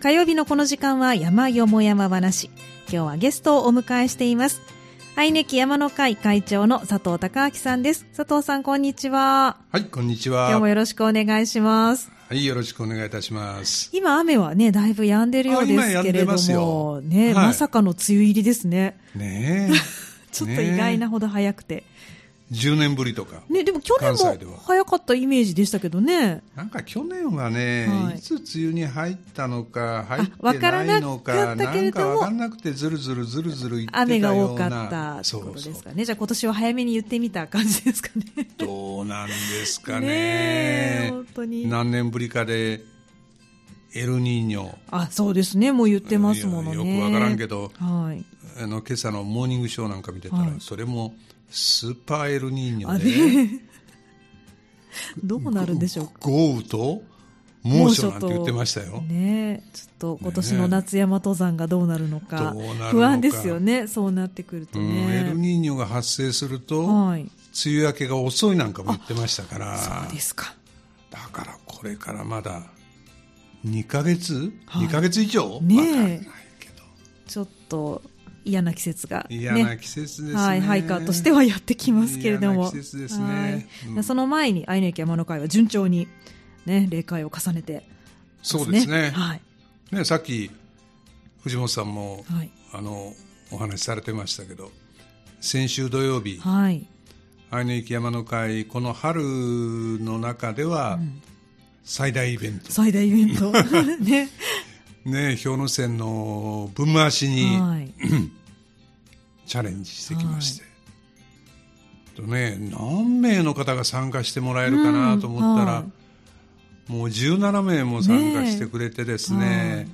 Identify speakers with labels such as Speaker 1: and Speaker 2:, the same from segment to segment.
Speaker 1: 火曜日のこの時間は山よも山話。今日はゲストをお迎えしています。愛ねき山の会会長の佐藤孝明さんです。佐藤さん、こんにちは。
Speaker 2: はい、こんにち
Speaker 1: 今日
Speaker 2: は。
Speaker 1: も
Speaker 2: は
Speaker 1: よろしくお願いします。
Speaker 2: い、よろしくお願いいたします。
Speaker 1: 今、雨はね、だいぶ止んでるようですけれど
Speaker 2: あ今止んで
Speaker 1: も、
Speaker 2: ますよ
Speaker 1: ね、
Speaker 2: はい
Speaker 1: まさかの梅雨入りですね。
Speaker 2: ね
Speaker 1: ちょっと意外なほど早くて。
Speaker 2: え、10年ぶりとか。
Speaker 1: ね、でも去年
Speaker 2: 関西では
Speaker 1: も早かったイメージでしたけどね。
Speaker 2: なんか去年はね、
Speaker 1: はい
Speaker 2: い、つ梅雨に入ったのか、入
Speaker 1: わ
Speaker 2: って
Speaker 1: から
Speaker 2: な
Speaker 1: ない
Speaker 2: のか、
Speaker 1: か
Speaker 2: な
Speaker 1: っ
Speaker 2: ん
Speaker 1: たけれど
Speaker 2: か
Speaker 1: も
Speaker 2: わかんなくて、ずるずるずるずる言ってたような
Speaker 1: 雨が多かったってことですかね。
Speaker 2: そう
Speaker 1: じゃあ今年は早めに言ってみた感じですか ね。
Speaker 2: そうどうなんですかね
Speaker 1: ねえ本当に
Speaker 2: 何年ぶりかで、エルニーニョ、
Speaker 1: あ、そうですね。もう言ってますものね。
Speaker 2: いやよくわからんけど
Speaker 1: はい。
Speaker 2: あの今朝のモーニングショーなんか見てたら、
Speaker 1: はい
Speaker 2: それもスーパーエルニーニ
Speaker 1: あ
Speaker 2: ョ
Speaker 1: れ
Speaker 2: で、
Speaker 1: どうなるんでしょうか。
Speaker 2: 豪雨と猛暑なんて言ってましたよ。
Speaker 1: ねえちょっと今年の夏山登山がどうなるのか
Speaker 2: どうなるのか
Speaker 1: 不安ですよね、そうなってくると
Speaker 2: うんエル
Speaker 1: ね。
Speaker 2: ニーニョが発生すると、
Speaker 1: はい、
Speaker 2: 梅雨明けが遅いなんかも言ってましたから
Speaker 1: そうですか。
Speaker 2: だからこれからまだ2ヶ月、
Speaker 1: はい
Speaker 2: 2ヶ月以上、
Speaker 1: ねえ
Speaker 2: わからないけど
Speaker 1: ちょっと嫌な季節が、ね、
Speaker 2: 嫌な季節ですね
Speaker 1: はい、ハイカーとしてはやってきますけれども。
Speaker 2: 嫌な季節ですね
Speaker 1: はい
Speaker 2: うん
Speaker 1: その前に、アイネイキ山の会は順調に、ね、例会を重ねてます、
Speaker 2: そうですね
Speaker 1: はい。
Speaker 2: ねさっき藤本さんも、
Speaker 1: はい。
Speaker 2: あのお話しされてましたけど先週土曜日
Speaker 1: はい。
Speaker 2: 愛の雪山の会この春の中では最大イベント、
Speaker 1: 最大イベン ト。ね。
Speaker 2: ね氷ノ山の分回しに、
Speaker 1: はい。
Speaker 2: チャレンジしてきまして、とね、何名の方が参加してもらえるかなと思ったら、
Speaker 1: うんは
Speaker 2: もう17名も参加してくれてですね
Speaker 1: ね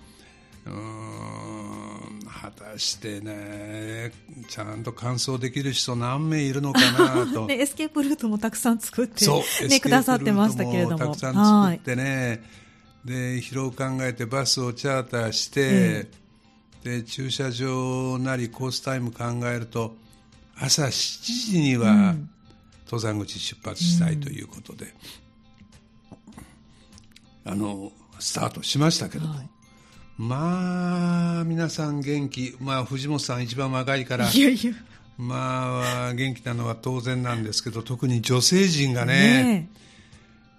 Speaker 2: うーん果たしてねちゃんと完走できる人何名いるのかな と。
Speaker 1: ね、エスケープルートもたくさん作って、
Speaker 2: そう、
Speaker 1: ね、くださってましたけれども。
Speaker 2: たくさん作ってね、で疲労を考えてバスをチャーターして、で駐車場なりコースタイム考えると朝7時には登山口出発したいということで、あのスタートしましたけども、
Speaker 1: はい
Speaker 2: まあ皆さん元気、まあ、藤本さん一番若いから
Speaker 1: はい。いやいや。
Speaker 2: まあ元気なのは当然なんですけど特に女性陣がね
Speaker 1: ね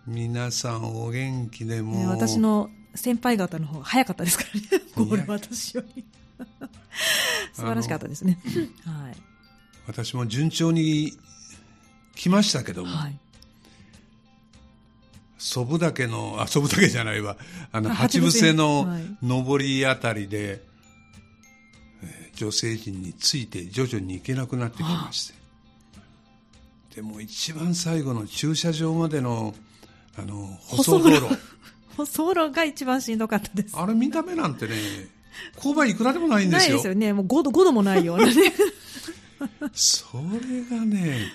Speaker 2: 皆さんお元気で
Speaker 1: え
Speaker 2: もう、
Speaker 1: ね私の先輩方の方が早かったです からね。ゴールは私より。 素晴らしかったですね。はい。
Speaker 2: 私も順調に来ましたけども、
Speaker 1: はい。
Speaker 2: 祖父岳のあ祖父岳じゃないわあの
Speaker 1: あ
Speaker 2: 八伏せの
Speaker 1: はい
Speaker 2: 上りあたりで、えー女性陣について徐々に行けなくなってきまして、でも一番最後の駐車場までのあの舗装道路
Speaker 1: 舗装路が一番しんどかったです。
Speaker 2: あれ見た目なんてね勾配いくらでもないんで
Speaker 1: ない
Speaker 2: すよ
Speaker 1: ですよね。もう5度、5度もないようなね。
Speaker 2: それがね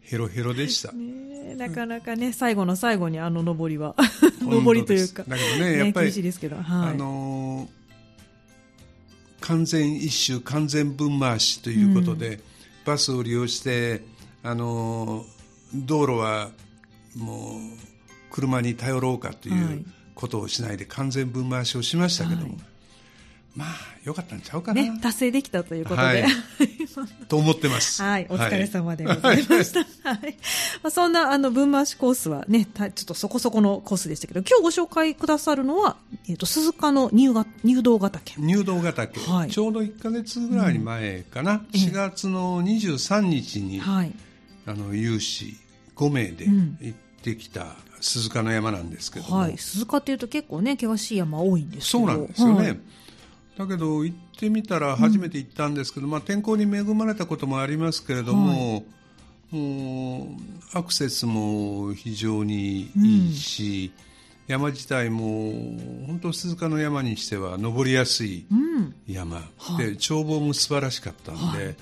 Speaker 2: ヘロヘロでした
Speaker 1: ねえなかなかね、最後の最後にあの上りは、
Speaker 2: 本
Speaker 1: 上
Speaker 2: 当
Speaker 1: りとい
Speaker 2: で
Speaker 1: う
Speaker 2: す
Speaker 1: か、
Speaker 2: だけどねやっぱり
Speaker 1: 厳しいですけど、は
Speaker 2: あ
Speaker 1: い。
Speaker 2: のー完全一周完全分回しということで、バスを利用して、あのー道路はもう車に頼ろうかとい
Speaker 1: はいう
Speaker 2: ことをしないで完全分回しをしましたけど
Speaker 1: は
Speaker 2: も、
Speaker 1: い
Speaker 2: まあよかったんちゃうかな、
Speaker 1: ね、達成できたということで、
Speaker 2: はいと思ってます
Speaker 1: はい、お疲れ様でございま した。はい。まあ、そんな、あの、分回しコースはね、たちょっとそこそこのコースでしたけど、今日ご紹介くださるのは、えっ、と、鈴鹿の入が入道ヶ岳。
Speaker 2: 入道ヶ岳、
Speaker 1: はい
Speaker 2: ちょうど1か月ぐらい前かな、
Speaker 1: ええ
Speaker 2: 4月の23日に、
Speaker 1: はい。
Speaker 2: あの有志5名で
Speaker 1: うん
Speaker 2: 行ってきた鈴鹿の山なんですけども、
Speaker 1: はい。鈴鹿っていうと結構ね、険しい山多いんですけ
Speaker 2: そ
Speaker 1: ど。
Speaker 2: うなんですよ
Speaker 1: は
Speaker 2: ね、
Speaker 1: い
Speaker 2: だけど行ってみたら初めて行ったんですけど、まあ、天候に恵まれたこともありますけれども、もうアクセスも非常にいいし、山自体も本当鈴鹿の山にしては登りやすい
Speaker 1: うん。
Speaker 2: 山、
Speaker 1: はい
Speaker 2: で眺望も素晴らしかったんで、
Speaker 1: はい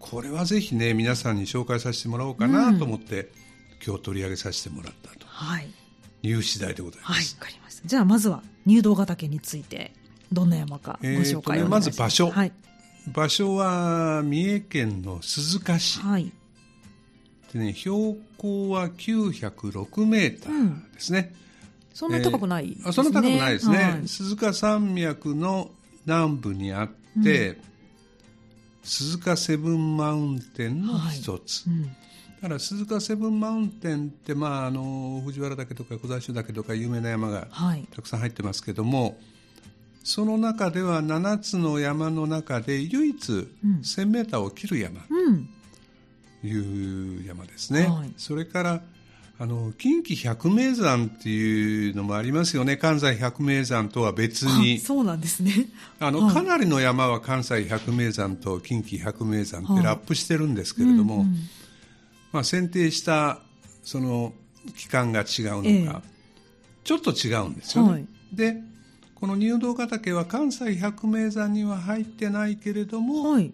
Speaker 2: これはぜひね皆さんに紹介させてもらおうかなと思って、今日取り上げさせてもらったと
Speaker 1: はい。
Speaker 2: いう次第でございま
Speaker 1: はい、わ
Speaker 2: す、
Speaker 1: かりました。じゃあ、まずは入道ヶ岳について、どんな山かご紹介をお願いします、
Speaker 2: えーとねまず場所
Speaker 1: はい。
Speaker 2: 場所は三重県の鈴鹿市
Speaker 1: はい。
Speaker 2: で、ね、標高は906メーターですね、
Speaker 1: そんなに高くないですね、
Speaker 2: えーあそんな高くないですね、
Speaker 1: はい
Speaker 2: 鈴鹿山脈の南部にあって、鈴鹿セブンマウンテンの一つ、
Speaker 1: うん
Speaker 2: だから鈴鹿セブンマウンテンって、まあ、あの藤原岳とか小田州岳とか有名な山が
Speaker 1: はい
Speaker 2: たくさん入ってますけどもその中では7つの山の中で唯一 1000m を切る山
Speaker 1: うん
Speaker 2: という山ですね、
Speaker 1: はい
Speaker 2: それからあの近畿百名山っていうのもありますよね関西百名山とは別
Speaker 1: あ
Speaker 2: に
Speaker 1: そうなんですね
Speaker 2: あの、かなりの山は関西百名山と近畿百名山ってラップしてるんですけれども、まあ、選定したその期間が違うのか、
Speaker 1: ええ
Speaker 2: ちょっと違うんですよね。
Speaker 1: はい
Speaker 2: でこの入道ヶ岳は関西百名山には入ってないけれども、
Speaker 1: はい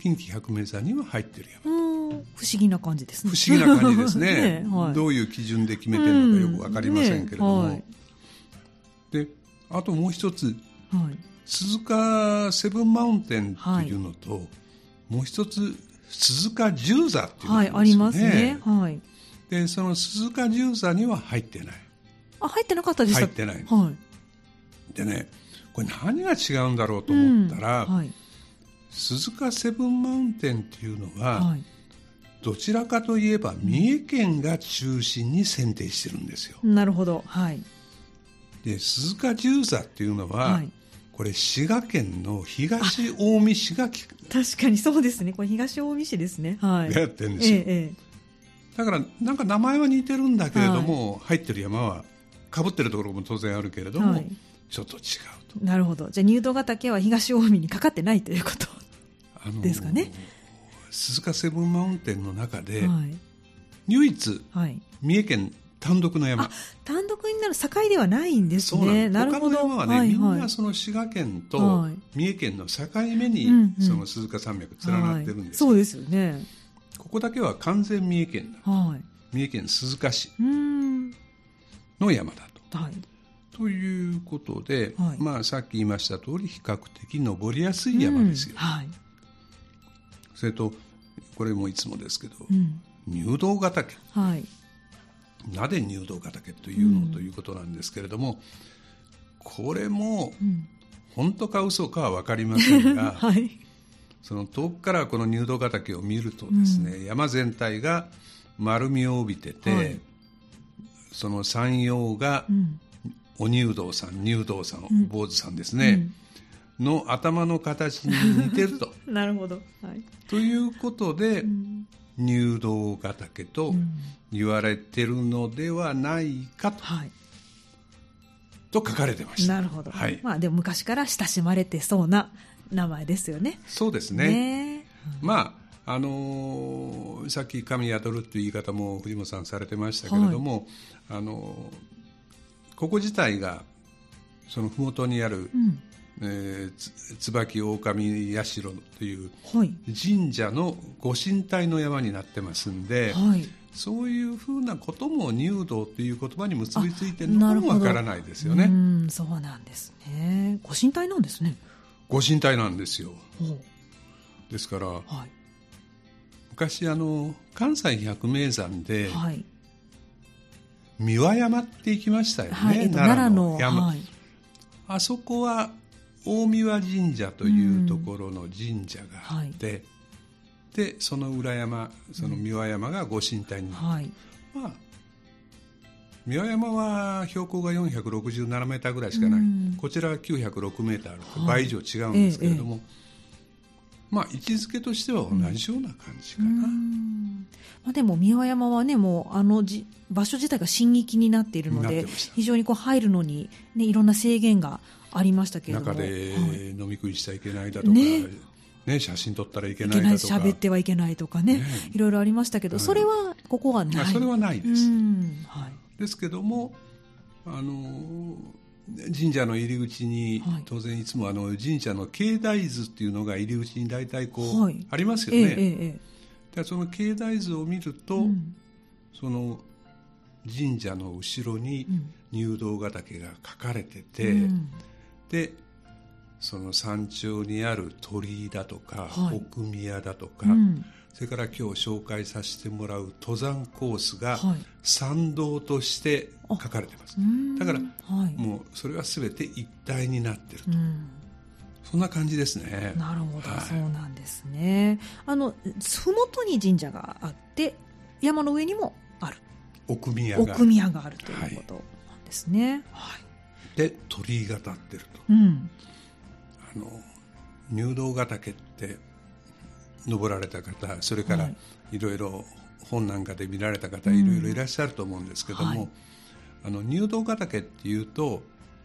Speaker 2: 近畿百名山には入ってる山
Speaker 1: うーん不思議な感じですね
Speaker 2: 不思議な感じですね
Speaker 1: ねはい
Speaker 2: どういう基準で決めてるのかよく分かりませんけれども、
Speaker 1: うんね
Speaker 2: であともう一つ
Speaker 1: はいはい
Speaker 2: 鈴鹿セブンマウンテンっていうのと、もう一つ鈴鹿十座っていうの
Speaker 1: はい、
Speaker 2: が
Speaker 1: ありますね。はい。
Speaker 2: でその鈴鹿十座には入ってない
Speaker 1: あ、入ってなかったでした
Speaker 2: 入ってない
Speaker 1: は
Speaker 2: でねこれ何が違うんだろう
Speaker 1: い。
Speaker 2: と思った
Speaker 1: う
Speaker 2: ら、
Speaker 1: んはい。
Speaker 2: 鈴鹿セブンマウンテンっていうのは、
Speaker 1: はい。
Speaker 2: どちらかといえば三重県が中心に選定してるんですよ
Speaker 1: なるほど。はい。
Speaker 2: で鈴鹿十座っていうのは、
Speaker 1: はい
Speaker 2: これ滋賀県の東近江市がき
Speaker 1: 確かにそうですね。これ東近江市ですね。はい。
Speaker 2: やってるんですよ、
Speaker 1: えええ
Speaker 2: だからなんか名前は似てるんだけれども、入ってる山はかぶってるところも当然あるけれども、
Speaker 1: はい
Speaker 2: ちょっと違うと
Speaker 1: えなるほど。じゃあ、入道ヶ岳は東近江にかかってないということ。
Speaker 2: あのー
Speaker 1: ですかね
Speaker 2: 鈴鹿セブンマウンテンの中で、
Speaker 1: はい。
Speaker 2: 唯一
Speaker 1: はい。
Speaker 2: 三重県単独の山
Speaker 1: あ、単独になる境ではないんです
Speaker 2: そう
Speaker 1: ね。なん
Speaker 2: な
Speaker 1: る
Speaker 2: です
Speaker 1: ほ
Speaker 2: 他
Speaker 1: ど。
Speaker 2: の山はね、
Speaker 1: はい
Speaker 2: みん
Speaker 1: は。
Speaker 2: ないその滋賀県と
Speaker 1: はい
Speaker 2: 三重県の境目に、
Speaker 1: うんうん
Speaker 2: その鈴鹿山脈連なってるんですけ
Speaker 1: はいそ
Speaker 2: ど、
Speaker 1: うですよね。
Speaker 2: ここだけは完全三重県だ
Speaker 1: は
Speaker 2: 三重県鈴鹿市
Speaker 1: い。うーん。
Speaker 2: の山だと。
Speaker 1: はい。
Speaker 2: ということで、
Speaker 1: はい
Speaker 2: まあ、さっき言いました通り比較的登りやすい山ですよ、
Speaker 1: うんはい。
Speaker 2: それとこれもいつもですけど、
Speaker 1: うん。
Speaker 2: 入道ヶ岳
Speaker 1: はい。
Speaker 2: なぜ入道ヶ岳というのということなんですけれども、これも
Speaker 1: うん。
Speaker 2: 本当か嘘かは分かりませんが、
Speaker 1: はい。
Speaker 2: その遠くからこの入道ヶ岳を見るとですね、山全体が丸みを帯びてて、
Speaker 1: はい
Speaker 2: その山陽が
Speaker 1: うん。
Speaker 2: お入道さん入道さん、
Speaker 1: ん
Speaker 2: 坊主さんですね、の頭の形に似てると。
Speaker 1: なるほど。はい。
Speaker 2: ということで、入道ヶ岳と言われてるのではないかと,、
Speaker 1: はい。
Speaker 2: と書かれてました
Speaker 1: なるほど。
Speaker 2: はい
Speaker 1: まあでも昔から親しまれてそうな名前ですよね。
Speaker 2: そうですね
Speaker 1: ね
Speaker 2: まああのーさっき神宿るという言い方も藤本さんされてましたけれども、あのーここ自体がその麓にある、
Speaker 1: うん。
Speaker 2: えーつ椿狼社という
Speaker 1: はい。
Speaker 2: 神社のご神体の山になってますんで、
Speaker 1: はい。
Speaker 2: そういうふうなことも入道という言葉に結びついてる
Speaker 1: あ
Speaker 2: の
Speaker 1: なる
Speaker 2: も
Speaker 1: ほど
Speaker 2: わからないですよ
Speaker 1: う
Speaker 2: ね。
Speaker 1: ん、そうなんですね。ご神体なんですね。
Speaker 2: ご神体なんですよ。
Speaker 1: ほ
Speaker 2: ですから
Speaker 1: うは
Speaker 2: 昔あの関西百名山
Speaker 1: い。
Speaker 2: で
Speaker 1: はい。
Speaker 2: 三輪山って行きましたよね、
Speaker 1: はい。えっと
Speaker 2: 奈
Speaker 1: 奈
Speaker 2: 良
Speaker 1: 良
Speaker 2: の
Speaker 1: の、
Speaker 2: 山、
Speaker 1: はい。
Speaker 2: あそこは大三輪神社というところの神社があって、でその裏山その三輪山がご神体に、
Speaker 1: はい。
Speaker 2: まあ三輪山は標高が467メーターぐらいしかない、
Speaker 1: うん
Speaker 2: こちらは906メーターあると
Speaker 1: はい
Speaker 2: 倍以上違うんですけれども、まあ位置づけとしては同じような感じか
Speaker 1: う
Speaker 2: な、
Speaker 1: んまあ、でも三輪山はねもうあのじ場所自体が新域になっているの
Speaker 2: なっ
Speaker 1: で
Speaker 2: てました
Speaker 1: 非常にこう入るのに、ね、いろんな制限がありましたけれども
Speaker 2: 中で
Speaker 1: はい
Speaker 2: 飲み食いしちゃいけないだとか、ね
Speaker 1: ね
Speaker 2: 写真撮ったらいけ
Speaker 1: い
Speaker 2: な
Speaker 1: け
Speaker 2: い
Speaker 1: ない
Speaker 2: だとか
Speaker 1: 喋ってはいけないとかね
Speaker 2: ね
Speaker 1: いろいろありましたけど、
Speaker 2: はい
Speaker 1: それはここはな
Speaker 2: あ
Speaker 1: い
Speaker 2: それはないです、
Speaker 1: うんはい
Speaker 2: ですけどもあの神社の入り口に、
Speaker 1: はい
Speaker 2: 当然いつもあの神社の境内図っていうのが入り口に大体こう、
Speaker 1: はい
Speaker 2: ありますよ
Speaker 1: ええ
Speaker 2: ね、
Speaker 1: えええ
Speaker 2: でその境内図を見ると、
Speaker 1: えうん
Speaker 2: その神社の後ろに
Speaker 1: うん
Speaker 2: 入道ヶ岳が書かれてて、
Speaker 1: うん
Speaker 2: でその山頂にある鳥居だとか、
Speaker 1: はい
Speaker 2: 奥宮だとか、
Speaker 1: うん
Speaker 2: それから今日紹介させてもらう登山コースが
Speaker 1: はい
Speaker 2: 参道として書かれてます、
Speaker 1: うん
Speaker 2: だから
Speaker 1: はい
Speaker 2: もうそれは全て一体になってると、
Speaker 1: うん
Speaker 2: そんな感じですね
Speaker 1: なるほど、
Speaker 2: はい
Speaker 1: そうなんですね。あの、ふもとに神社があって、山の上にもある。
Speaker 2: 奥宮が
Speaker 1: 奥宮があるということなんですね。はい。
Speaker 2: で鳥居が立ってると
Speaker 1: うん。
Speaker 2: あの入道ヶ岳って登られた方それから
Speaker 1: はい
Speaker 2: いろいろ本なんかで見られた方、
Speaker 1: うん
Speaker 2: いろいろいらっしゃると思うんですけども、
Speaker 1: はい
Speaker 2: あの入道ヶ岳っていうと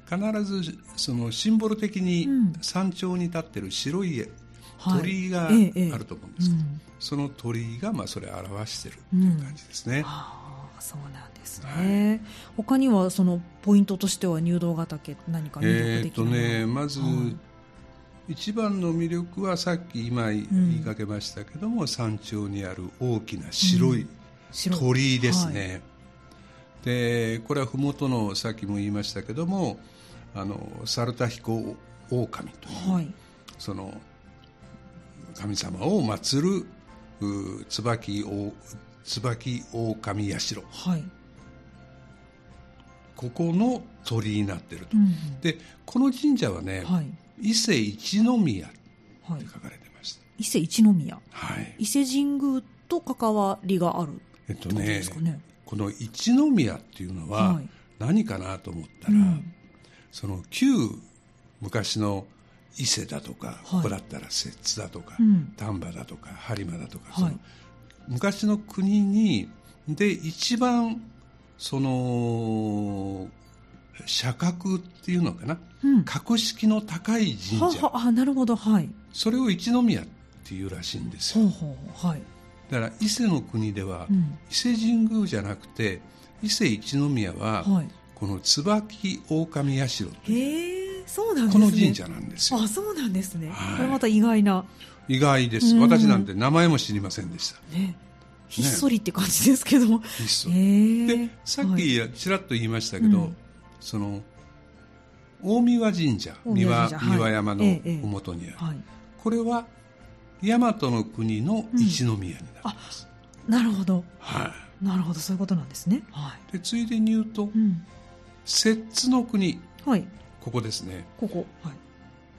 Speaker 2: 必ずそのシンボル的に
Speaker 1: うん
Speaker 2: 山頂に立ってる白い
Speaker 1: はい
Speaker 2: 鳥居があ
Speaker 1: ええええ
Speaker 2: ると思うんですけど、
Speaker 1: うん
Speaker 2: その鳥居がまあそれを表してるっていう感じですね。
Speaker 1: ああ、そうなんですね。他には、そのポイントとしては入道ヶ岳、何か入
Speaker 2: え
Speaker 1: 力
Speaker 2: ー
Speaker 1: で
Speaker 2: っ
Speaker 1: きる
Speaker 2: と
Speaker 1: もの
Speaker 2: ねまず、
Speaker 1: はい
Speaker 2: 一番の魅力はさっき今言い
Speaker 1: ん
Speaker 2: 言いかけましたけども、山頂にある大きな白い
Speaker 1: 白い
Speaker 2: 鳥居です
Speaker 1: はい
Speaker 2: ね、でこれは麓のさっきも言いましたけどもあの猿田彦狼という、
Speaker 1: はい。
Speaker 2: その神様を祀るう椿お椿狼社
Speaker 1: はい。
Speaker 2: ここの鳥居になってると、
Speaker 1: うん
Speaker 2: でこの神社はね、
Speaker 1: はい。
Speaker 2: 伊勢一宮
Speaker 1: は
Speaker 2: って
Speaker 1: い。
Speaker 2: 書かれてました。
Speaker 1: 伊勢一宮。
Speaker 2: はい。
Speaker 1: 伊勢神宮と関わりがある
Speaker 2: えっと
Speaker 1: ってこと
Speaker 2: ね
Speaker 1: ですか、ね。
Speaker 2: この一宮っていうのは
Speaker 1: はい
Speaker 2: 何かなと思ったら、
Speaker 1: うん
Speaker 2: その旧昔の伊勢だとか、ここだったら摂津だとか、
Speaker 1: うん
Speaker 2: 丹波だとか播磨だとか、
Speaker 1: はい
Speaker 2: その昔の国にで一番その社格っていうのかな、
Speaker 1: うん
Speaker 2: 格式の高い
Speaker 1: は
Speaker 2: 神社
Speaker 1: はあなるほどはい
Speaker 2: それを一宮っていうらしいんですよ
Speaker 1: ほうほうほうはい
Speaker 2: だから伊勢の国では、
Speaker 1: うん
Speaker 2: 伊勢神宮じゃなくて伊勢一宮は、
Speaker 1: はい
Speaker 2: この椿狼社という、
Speaker 1: へえそうなんです
Speaker 2: こ
Speaker 1: ね
Speaker 2: の神社なんですよ
Speaker 1: あそうなんですね、
Speaker 2: はい
Speaker 1: これまた意外な
Speaker 2: 意外です
Speaker 1: うん
Speaker 2: 私なんて名前も知りませんでした
Speaker 1: ねひっそりって感じですけども、
Speaker 2: いっそ
Speaker 1: へえ
Speaker 2: でさっ
Speaker 1: はい
Speaker 2: きちらっと言いましたけど、
Speaker 1: うん
Speaker 2: その大神神社
Speaker 1: 大神
Speaker 2: 三輪
Speaker 1: 神社はい
Speaker 2: 三輪山の
Speaker 1: ええええ
Speaker 2: 麓にある、
Speaker 1: はい、
Speaker 2: これは大和の国の一宮になってます、
Speaker 1: なるほど
Speaker 2: は、
Speaker 1: なるほどそういうことなんですねはい
Speaker 2: でついでに言うと
Speaker 1: い、うん
Speaker 2: 摂津の国
Speaker 1: はい、
Speaker 2: ここですね
Speaker 1: ここはい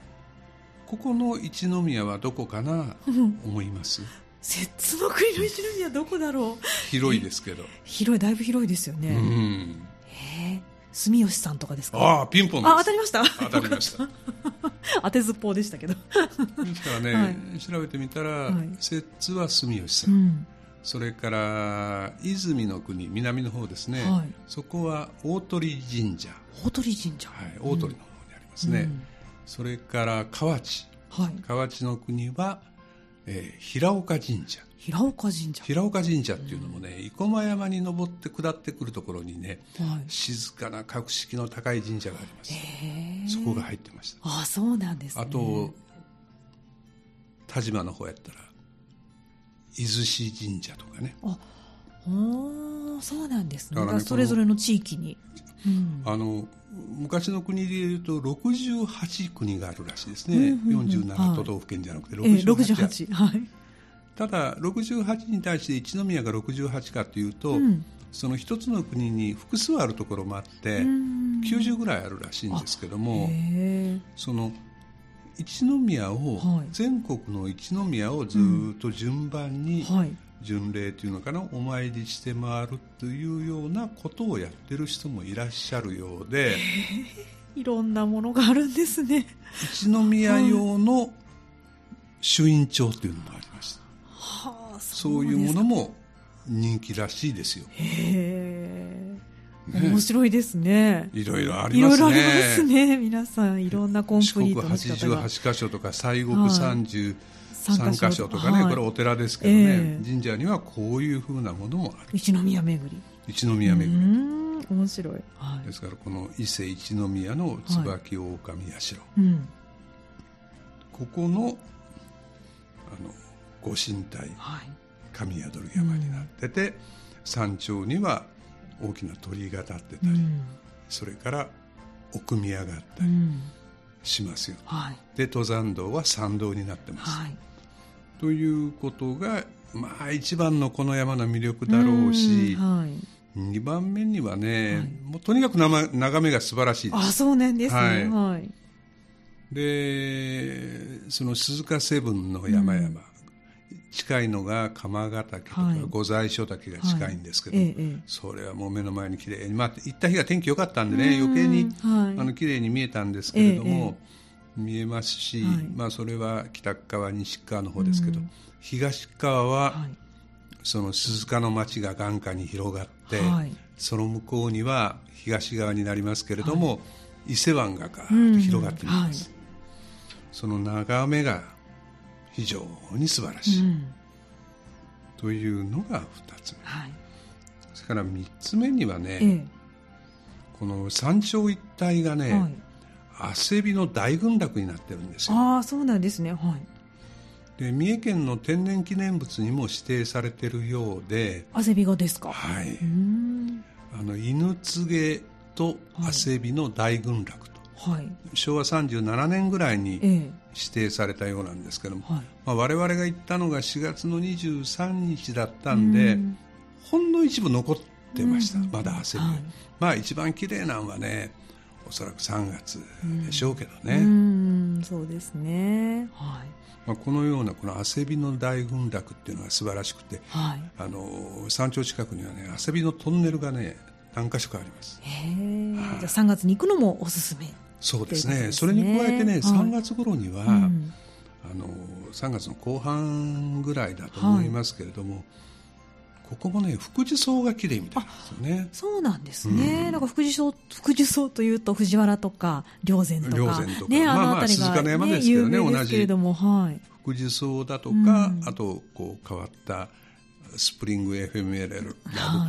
Speaker 2: ここの一宮はどこかな
Speaker 1: うん
Speaker 2: 思います
Speaker 1: 摂津の国の一宮どこだろう
Speaker 2: 広いですけど、
Speaker 1: 広いだいぶ広いですよ
Speaker 2: う
Speaker 1: ね、
Speaker 2: ん、
Speaker 1: へえ住吉さんとかですか
Speaker 2: ああピンポンです
Speaker 1: あ当たりました
Speaker 2: 当たりました
Speaker 1: 当てずっぽうでしたけど、
Speaker 2: ですからね、
Speaker 1: は
Speaker 2: 調べてみたら
Speaker 1: はい
Speaker 2: 摂津、は住吉
Speaker 1: う
Speaker 2: さん、
Speaker 1: ん、
Speaker 2: それから泉の国南の方ですね、
Speaker 1: はい
Speaker 2: そこは大鳥神社、
Speaker 1: 大鳥神社
Speaker 2: はい、大鳥の方にありますね、
Speaker 1: うん
Speaker 2: それから河内
Speaker 1: はい
Speaker 2: 河内の国は、えー平岡神社
Speaker 1: 平岡神社
Speaker 2: 平岡神社っていうのもね、生駒山に登って下ってくるところにね
Speaker 1: はい
Speaker 2: 静かな格式の高い神社があります、
Speaker 1: へえ
Speaker 2: そこが入ってました
Speaker 1: あそうなんですね
Speaker 2: あと田島の方やったら伊豆市神社とかね
Speaker 1: おーそうなんですね
Speaker 2: だからね
Speaker 1: それぞれの地域に、うん、
Speaker 2: あの昔の国でいうと68国があるらしいですね、
Speaker 1: うんうんうんは
Speaker 2: 47
Speaker 1: い
Speaker 2: 都道府県じゃなくて
Speaker 1: ええ
Speaker 2: 68,
Speaker 1: 68はい、
Speaker 2: ただ68に対して一宮が68かというと、
Speaker 1: うん
Speaker 2: その一つの国に複数あるところもあって、
Speaker 1: うん
Speaker 2: 90ぐらいあるらしいんですけども、
Speaker 1: へえ
Speaker 2: その一宮を、
Speaker 1: はい
Speaker 2: 全国の一宮をずーっと順番に
Speaker 1: はい
Speaker 2: 巡礼というのかな、お参りして回るというようなことをやってる人もいらっしゃるようで
Speaker 1: いろんなものがあるんですね
Speaker 2: 一宮用の朱印帳というのもありました
Speaker 1: はあ
Speaker 2: そういうものも人気らしいですよ
Speaker 1: へえ
Speaker 2: ね
Speaker 1: 面白いですね
Speaker 2: いろいろあり
Speaker 1: い
Speaker 2: ま
Speaker 1: ろい
Speaker 2: す
Speaker 1: ろあ
Speaker 2: ね
Speaker 1: りますね皆さんいろんなコン
Speaker 2: 四
Speaker 1: プリ
Speaker 2: 国
Speaker 1: ートの仕方が
Speaker 2: 88箇所とか西国
Speaker 1: はい
Speaker 2: 33箇所とか
Speaker 1: は
Speaker 2: ね、
Speaker 1: い
Speaker 2: これお寺ですけどね、
Speaker 1: ええ
Speaker 2: 神社にはこういうふうなものもある
Speaker 1: 一宮巡り
Speaker 2: 一宮巡り、
Speaker 1: うーん面白い、は
Speaker 2: ですからこの伊勢一宮の椿狼社、
Speaker 1: いうん、
Speaker 2: ここのあのご神体
Speaker 1: はい
Speaker 2: 神宿る山になってて、山頂には大きな鳥居が立ってた
Speaker 1: う
Speaker 2: り、
Speaker 1: ん
Speaker 2: それから奥宮があっ
Speaker 1: う
Speaker 2: たり
Speaker 1: ん、
Speaker 2: しますよ、
Speaker 1: はい
Speaker 2: で登山道は参道になってます、
Speaker 1: はい
Speaker 2: ということがまあ、一番のこの山の魅力だろうし、
Speaker 1: うんはい、
Speaker 2: 2番目にはね、
Speaker 1: はい
Speaker 2: もうとにかくなま眺めが素晴らしいで
Speaker 1: あ
Speaker 2: す
Speaker 1: そうなんですね。は。
Speaker 2: はいい
Speaker 1: はい。
Speaker 2: でその鈴鹿セブンの山々、近いのが鎌ヶ岳とか、
Speaker 1: はい
Speaker 2: 御在所岳が近いんですけど、
Speaker 1: ええええ
Speaker 2: それはもう目の前に綺麗に、まあ、行った日が天気良かったんでね余計に、
Speaker 1: うん
Speaker 2: あ
Speaker 1: はい
Speaker 2: の綺麗に見えたんですけれども、見えますし、
Speaker 1: はい
Speaker 2: まあ、それは北側西側の方ですけど、
Speaker 1: うん
Speaker 2: 東側は、
Speaker 1: はい
Speaker 2: その鈴鹿の町が眼下に広がって、
Speaker 1: はい
Speaker 2: その向こうには東側になりますけれども、伊勢湾がガ
Speaker 1: う
Speaker 2: ーッ
Speaker 1: ん
Speaker 2: と広がっています、その眺めが非常に素晴らしい、
Speaker 1: うん
Speaker 2: というのが2つ目
Speaker 1: はい。
Speaker 2: それから3つ目にはね、
Speaker 1: ええ
Speaker 2: この山頂一帯がね、
Speaker 1: はい。
Speaker 2: 汗びの大群落になってるんですよ
Speaker 1: ああそうなんですね。はい。
Speaker 2: で三重県の天然記念物にも指定されてるようで、
Speaker 1: 汗びがですか。
Speaker 2: はいう
Speaker 1: ーん。
Speaker 2: あの犬継と汗びの大群落と、
Speaker 1: はい。
Speaker 2: 昭和37年ぐらいに
Speaker 1: ええ
Speaker 2: 指定されたようなんですけども、
Speaker 1: はい。
Speaker 2: まあ、我々が行ったのが4月の23日だったんで、
Speaker 1: うん
Speaker 2: ほんの一部残ってました、まだ汗びが、
Speaker 1: はい
Speaker 2: まあ一番綺麗なんはねおそらく3月でしょうけどね、
Speaker 1: うーんそうですね。はい。
Speaker 2: まあ、このようなこの汗びの大群落っていうのが素晴らしくて
Speaker 1: はい。
Speaker 2: あの山頂近くにはね汗びのトンネルがね何か所かあります
Speaker 1: へえ。じゃあ三月に行くのもおすすめ。
Speaker 2: そうです
Speaker 1: ということ
Speaker 2: ね
Speaker 1: です
Speaker 2: それに加えてね、
Speaker 1: はい
Speaker 2: 3月頃には、
Speaker 1: うん
Speaker 2: あの3月の後半ぐらいだと思いますけれども、ここもね福寿草が綺麗みたいなんですよね
Speaker 1: そうなんですね。なんか福寿草、福寿草というと藤原とか霊山とか、
Speaker 2: 霊山とか
Speaker 1: ね、
Speaker 2: まあまあ
Speaker 1: の辺りが、ね
Speaker 2: 鈴鹿の山ですけどね
Speaker 1: 有名ですけれども、はい。
Speaker 2: 福寿草だとか、
Speaker 1: うん
Speaker 2: あとこう変わったスプリング FML ラブ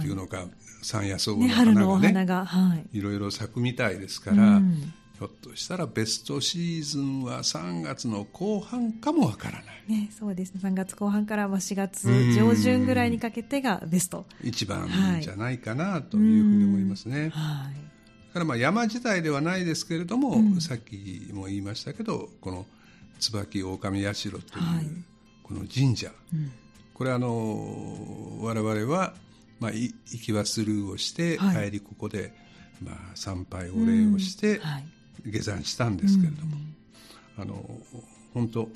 Speaker 2: っていうのか、山野草の
Speaker 1: ね、春
Speaker 2: 花
Speaker 1: のお
Speaker 2: がね
Speaker 1: 花が、はい。
Speaker 2: いろいろ咲くみたいですから、
Speaker 1: うん
Speaker 2: ひょっとしたらベストシーズンは3月の後半かもわからない
Speaker 1: ね、そうですね。3月後半からまあ4月上旬ぐらいにかけてがベスト。
Speaker 2: 一
Speaker 1: は
Speaker 2: 番
Speaker 1: い
Speaker 2: いいんじゃないかなというふうに思いますね、だ
Speaker 1: はい。
Speaker 2: からまあ山自体ではないですけれども、
Speaker 1: うん
Speaker 2: さっきも言いましたけどこの椿狼社という
Speaker 1: はい
Speaker 2: この神社、
Speaker 1: うん
Speaker 2: これあの我々は、まあ、い行きはスルーをして、
Speaker 1: はい
Speaker 2: 帰りここで、まあ、参拝お礼をして、
Speaker 1: うんはい。
Speaker 2: 下山したんですけれども、
Speaker 1: うん
Speaker 2: あの本当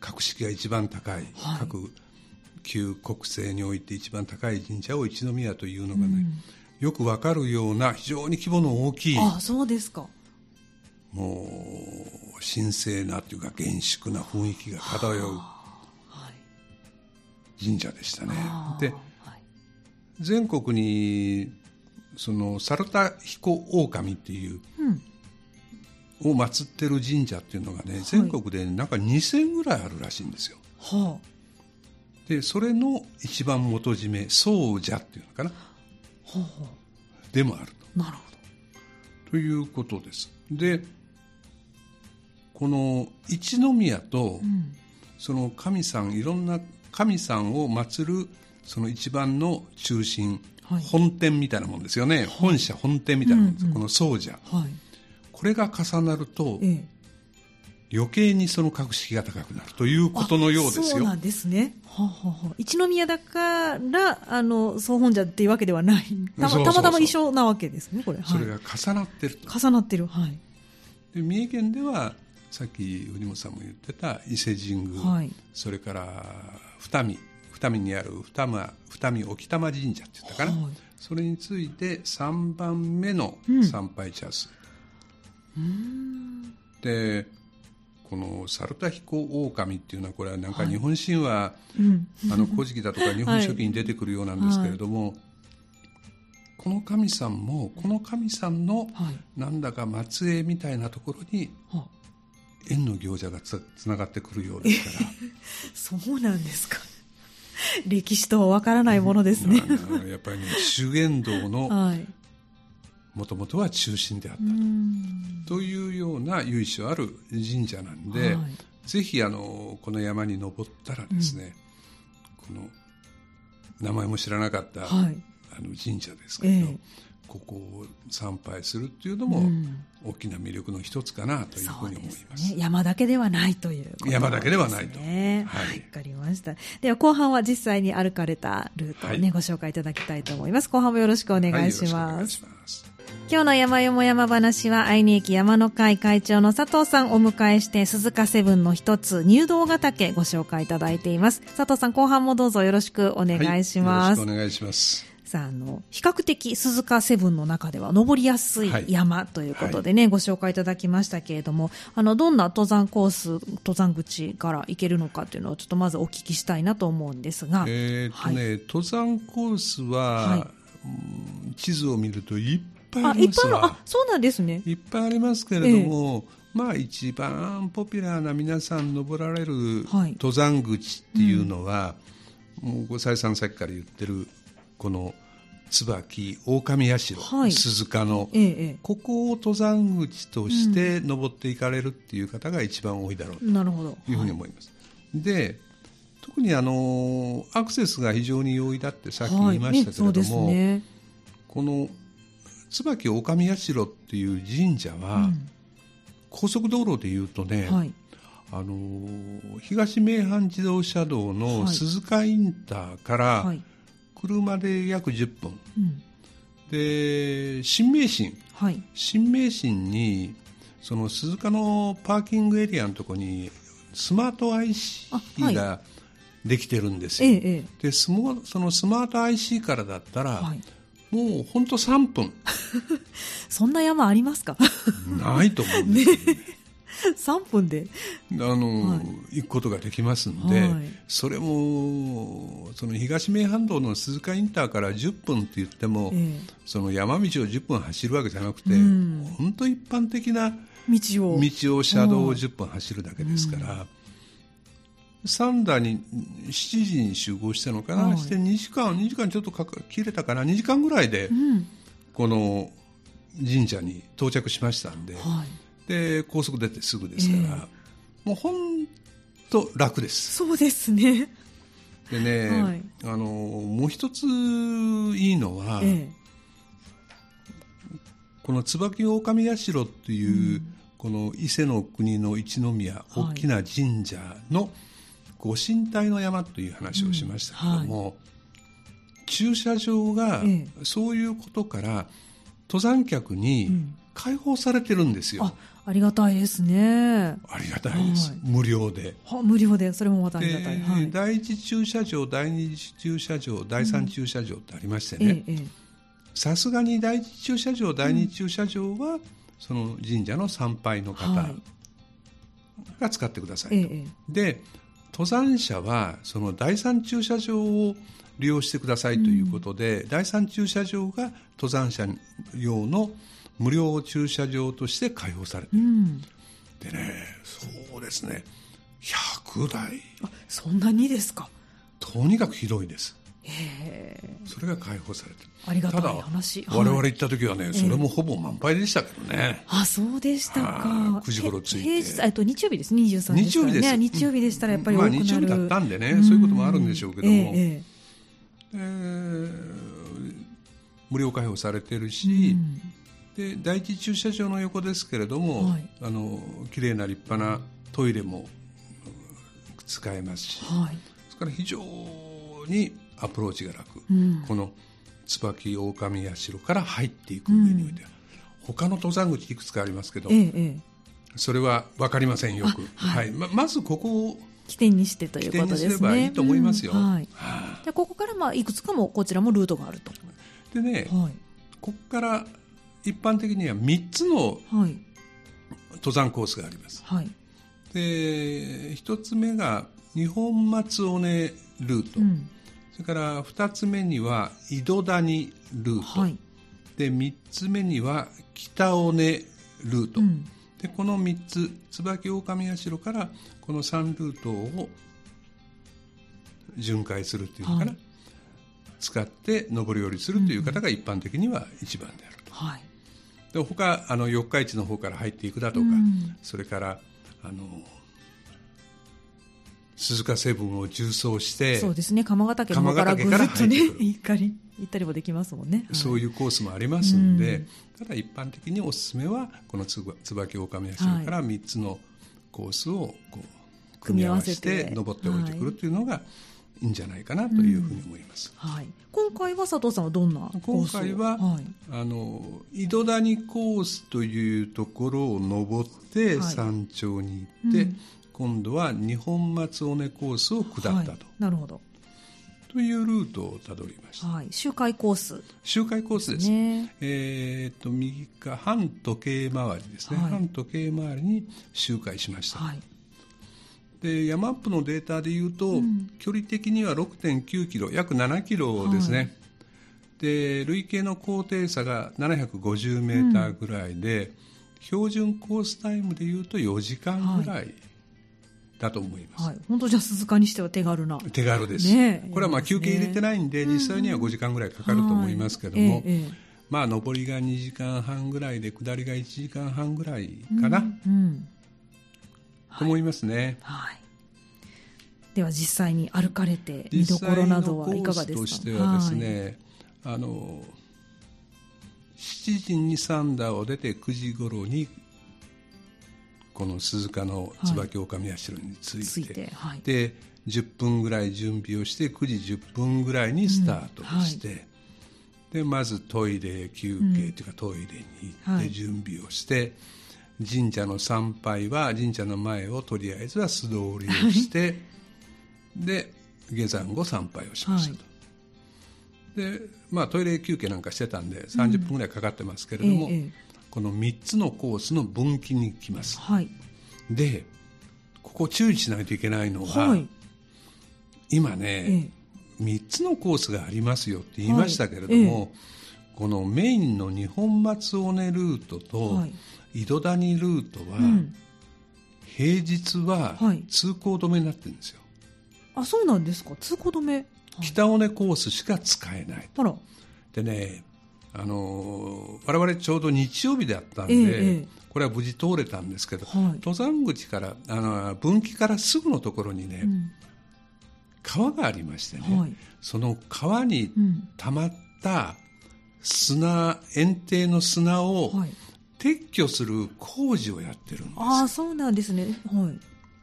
Speaker 2: 格式が一番高い、
Speaker 1: はい
Speaker 2: 各旧国政において一番高い神社を一宮というのがね、よくわかるような非常に規模の大きい
Speaker 1: あ、そうですか。
Speaker 2: もう神聖なというか厳粛な雰囲気が漂う
Speaker 1: はい。
Speaker 2: 神社でしたね
Speaker 1: あー
Speaker 2: で
Speaker 1: はい
Speaker 2: 全国にその猿田彦狼っていう
Speaker 1: うん。
Speaker 2: を祀ってる神社っていうのがね、全国でなんか2000ぐらいあるらしいんですよ
Speaker 1: は
Speaker 2: でそれの一番元締め宗者っていうのかな
Speaker 1: あ。ほうほ
Speaker 2: でもある
Speaker 1: う。なるほど。
Speaker 2: とということですでこの一宮と
Speaker 1: うん。
Speaker 2: その神さんいろんな神さんを祀るその一番の中心、
Speaker 1: はい
Speaker 2: 本店みたいなもんですよね、本社本店みたいなもんです、
Speaker 1: うんうん
Speaker 2: この宗者
Speaker 1: はい。
Speaker 2: これが重なると
Speaker 1: ええ。
Speaker 2: 余計にその格式が高くなるということのようです
Speaker 1: そう
Speaker 2: よ
Speaker 1: なんですね。はあはあはあ一宮だから、あの、総本社っていうわけではない。たま
Speaker 2: そうそうそ
Speaker 1: たま
Speaker 2: う
Speaker 1: たま一緒なわけですね、これ。はい、
Speaker 2: それが重なってると
Speaker 1: 重なってる。はい。
Speaker 2: で三重県ではさっき藤本さんも言ってた伊勢神宮、
Speaker 1: はい
Speaker 2: それから二見二見にある二見二見沖玉神社って言ったかな、
Speaker 1: はい
Speaker 2: それについて3番目の
Speaker 1: うん
Speaker 2: 参拝者数、でこの猿田彦狼っていうのはこれはなんか日本神話、
Speaker 1: うん。
Speaker 2: あの古事記だとか日本書紀に出てくるようなんですけれども、この神さんもこの神さんの
Speaker 1: はい。
Speaker 2: なんだか末裔みたいなところに
Speaker 1: はあ
Speaker 2: 縁の行者がつつながってくるようですか
Speaker 1: そうなんですか。 歴史とはわからないものです
Speaker 2: ら、
Speaker 1: ね。
Speaker 2: あのやっぱりね修験道の
Speaker 1: はい。
Speaker 2: もともとは中心であった、
Speaker 1: うん
Speaker 2: というような由緒ある神社なんで、
Speaker 1: はい
Speaker 2: ぜひあのこの山に登ったらですね、この名前も知らなかった、
Speaker 1: はい。
Speaker 2: あの神社ですけ
Speaker 1: え
Speaker 2: れ
Speaker 1: え
Speaker 2: ど、ここを参拝するっていうのも大きな魅力の一つかなというふうに思いま
Speaker 1: ね、
Speaker 2: す。
Speaker 1: 山だけではないという、
Speaker 2: ね、山だけではないと。
Speaker 1: はい。わかりました。では後半は実際に歩かれたルートをね、はい、ご紹介いただきたいと思います。後半もよろしくお願いします。はい今日の山よも山話は、愛に駅山の会会長の佐藤さんをお迎えして、鈴鹿セブンの一つ、入道ヶ岳ご紹介いただいています。佐藤さん、後半もどうぞよろしくお願いします。
Speaker 2: はい、よろしくお願いします。
Speaker 1: さあ、あの、比較的鈴鹿セブンの中では登りやすい山ということでね、はいはい、ご紹介いただきましたけれども、あの、どんな登山コース、登山口から行けるのかというのをちょっとまずお聞きしたいなと思うんですが。
Speaker 2: えー、っとね、登山コースは、地図を見るとい
Speaker 1: い
Speaker 2: あ
Speaker 1: っぱいあそうなんですね
Speaker 2: いっぱいありますけれども、ええ、まあ一番ポピュラーな皆さん登られる登山口っていうのは、はいうん、もうご再三さっきから言ってるこの椿狼社、はい、鈴鹿の、え、ここを登山口として登っていかれるっていう方が一番多いだろうというふうに思います。うん、で特にあのアクセスが非常に容易だってさっき言いましたけれども、はいねね、この椿狼社っていう神社は、うん、高速道路でいうとね、はい、あの東名阪自動車道の鈴鹿インターから車で約10分、はいはい、で新名神、新名神にその鈴鹿のパーキングエリアのとこにスマート IC ができてるんですよ、ええ、でそのスマート IC からだったら、もう本当3分。
Speaker 1: そんな山ありますか
Speaker 2: ないと思うん ですよね、ね
Speaker 1: 3分で
Speaker 2: あの、はい、行くことができますんで、はい、それもその東名阪道の鈴鹿インターから10分って言っても、えー、その山道を10分走るわけじゃなくて、うん、本当一般的な
Speaker 1: 道を
Speaker 2: 道を車道を10分走るだけですから。三段に7時に集合したのかな、はい、して2時間2時間ちょっとかか切れたかな2時間ぐらいで、この神社に到着しましたんで,はい、で高速出てすぐですから、えー、もう本当楽です
Speaker 1: そうですね
Speaker 2: でね、はい、あのもう一ついいのは、えー、この椿狼社っていう、うん、この伊勢の国の一宮、大きな神社の、ご神体の山という話をしましたけども、うんはい、駐車場がそういうことから登山客に開放されてるんですよ、うん、
Speaker 1: あ,ありがたいですね
Speaker 2: ありがたいです、はい、無料で
Speaker 1: 無料でそれもまたありがたい、はい、
Speaker 2: 第一駐車場第二駐車場第三駐車場ってありましてねさすがに第一駐車場第二駐車場は、その神社の参拝の方が使ってくださいと、ええ、で登山者はその第三駐車場を利用してくださいということで、うん、第三駐車場が登山者用の無料駐車場として開放されてる、うん、でねそうですね100台
Speaker 1: そんなにですか
Speaker 2: とにかく広いですそれが開放されて
Speaker 1: ありがたい話
Speaker 2: ただ、はい、我々行った時はね、それもほぼ満杯でしたけどね、
Speaker 1: あそうでしたか
Speaker 2: 9時頃着いて
Speaker 1: 平日あと日曜日です23
Speaker 2: 日曜日です、
Speaker 1: 日曜日でしたらやっぱり
Speaker 2: まあ、日曜日だったんでね、そういうこともあるんでしょうけども、ええ無料開放されてるし、で第一駐車場の横ですけれども、はい、あの綺麗な立派なトイレも使えますし、はい、それから非常にアプローチが楽、うん、この椿狼社から入っていく上において、うん、他の登山口いくつかありますけど、ええ、それは分かりませんよく、はい、はい、ままずここを
Speaker 1: 起点にしてということですね。
Speaker 2: すればいいと思いますよ、うんはい、
Speaker 1: でここからまあいくつかもこちらもルートがあると。
Speaker 2: でね、はい、ここから一般的には3つの登山コースがあります。はい、で1つ目が日本松尾根ルート。うんそれから2つ目には井戸谷ルート、はい、で3つ目には北尾根ルート、うん、でこの3つ椿狼社からこの3ルートを巡回するっていうのかな、はい、使って上り下りするという方が一般的には一番であると、うんはい、で他あの四日市の方から入っていくだとか、うん、それからあの鈴鹿セブンを縦走して
Speaker 1: そうですね鎌ヶ岳の方からぐずっとね行ったり行ったりもできますもんね、
Speaker 2: そういうコースもありますんで、はい、ただ一般的におすすめはこのつば椿オオカミ社から3つのコースをこう組み合わせて登って降りてくるというのが、いいんじゃないかなというふうに思います。
Speaker 1: はい、今回は佐藤さんはどんな
Speaker 2: 今回は、はい、あの井戸谷コースというところを登って山頂に行って、はいうん、今度は二本松尾根コースを下ったと。はい、
Speaker 1: なるほど。
Speaker 2: というルートをたどりました。
Speaker 1: はい、周回コース。
Speaker 2: 周回コースです。ですね、えっと右か半時計回りですね。半時計回りに周回しました。はいで山アップのデータでいうと、うん、距離的には6.9キロ約7キロですね、はい、で累計の高低差が750メーターぐらいで、うん、標準コースタイムでいうと4時間ぐらいだと思います、
Speaker 1: はいはい、本当じゃあ鈴鹿にしては手軽な
Speaker 2: 手軽です、ね、これはまあ休憩入れてないんで、ね、実際には5時間ぐらいかかると思いますけども、ええまあ、上りが2時間半ぐらいで下りが1時間半ぐらいかな、うん、うんと思いますね、
Speaker 1: はい、はい、では実際に歩かれて見どころなどはいかがですかと
Speaker 2: してはですね、はい、あの7時にサンダーを出て9時頃にこの鈴鹿の椿狼社に着いて,はい、で10分ぐらい準備をして9時10分ぐらいにスタートして、うん、でまずトイレ休憩というか、トイレに行って準備をして。神社の参拝は神社の前をとりあえずは素通りをして、はい、 で下山後参拝をしましたと、はい、でまあ、トイレ休憩なんかしてたんで30分ぐらいかかってますけれども、うんええ、この3つのコースの分岐に来ます、はい、でここ注意しないといけないのが、今ね、え、3つのコースがありますよって言いましたけれども、このメインの日本松尾根ルートと、井戸谷ルートは、うん、平日は通行止めになってるんですよ、
Speaker 1: はい、あそうなんですか通行止め、はい、
Speaker 2: 北尾根コースしか使えない
Speaker 1: あら
Speaker 2: でねあのー、我々ちょうど日曜日だったんで、えー、これは無事通れたんですけど、はい、登山口からあの分岐からすぐのところにね、うん、川がありましてね、その川にたまった砂、うん、園庭の砂を、撤去する工事をやってるんです、
Speaker 1: あそうなんですね、は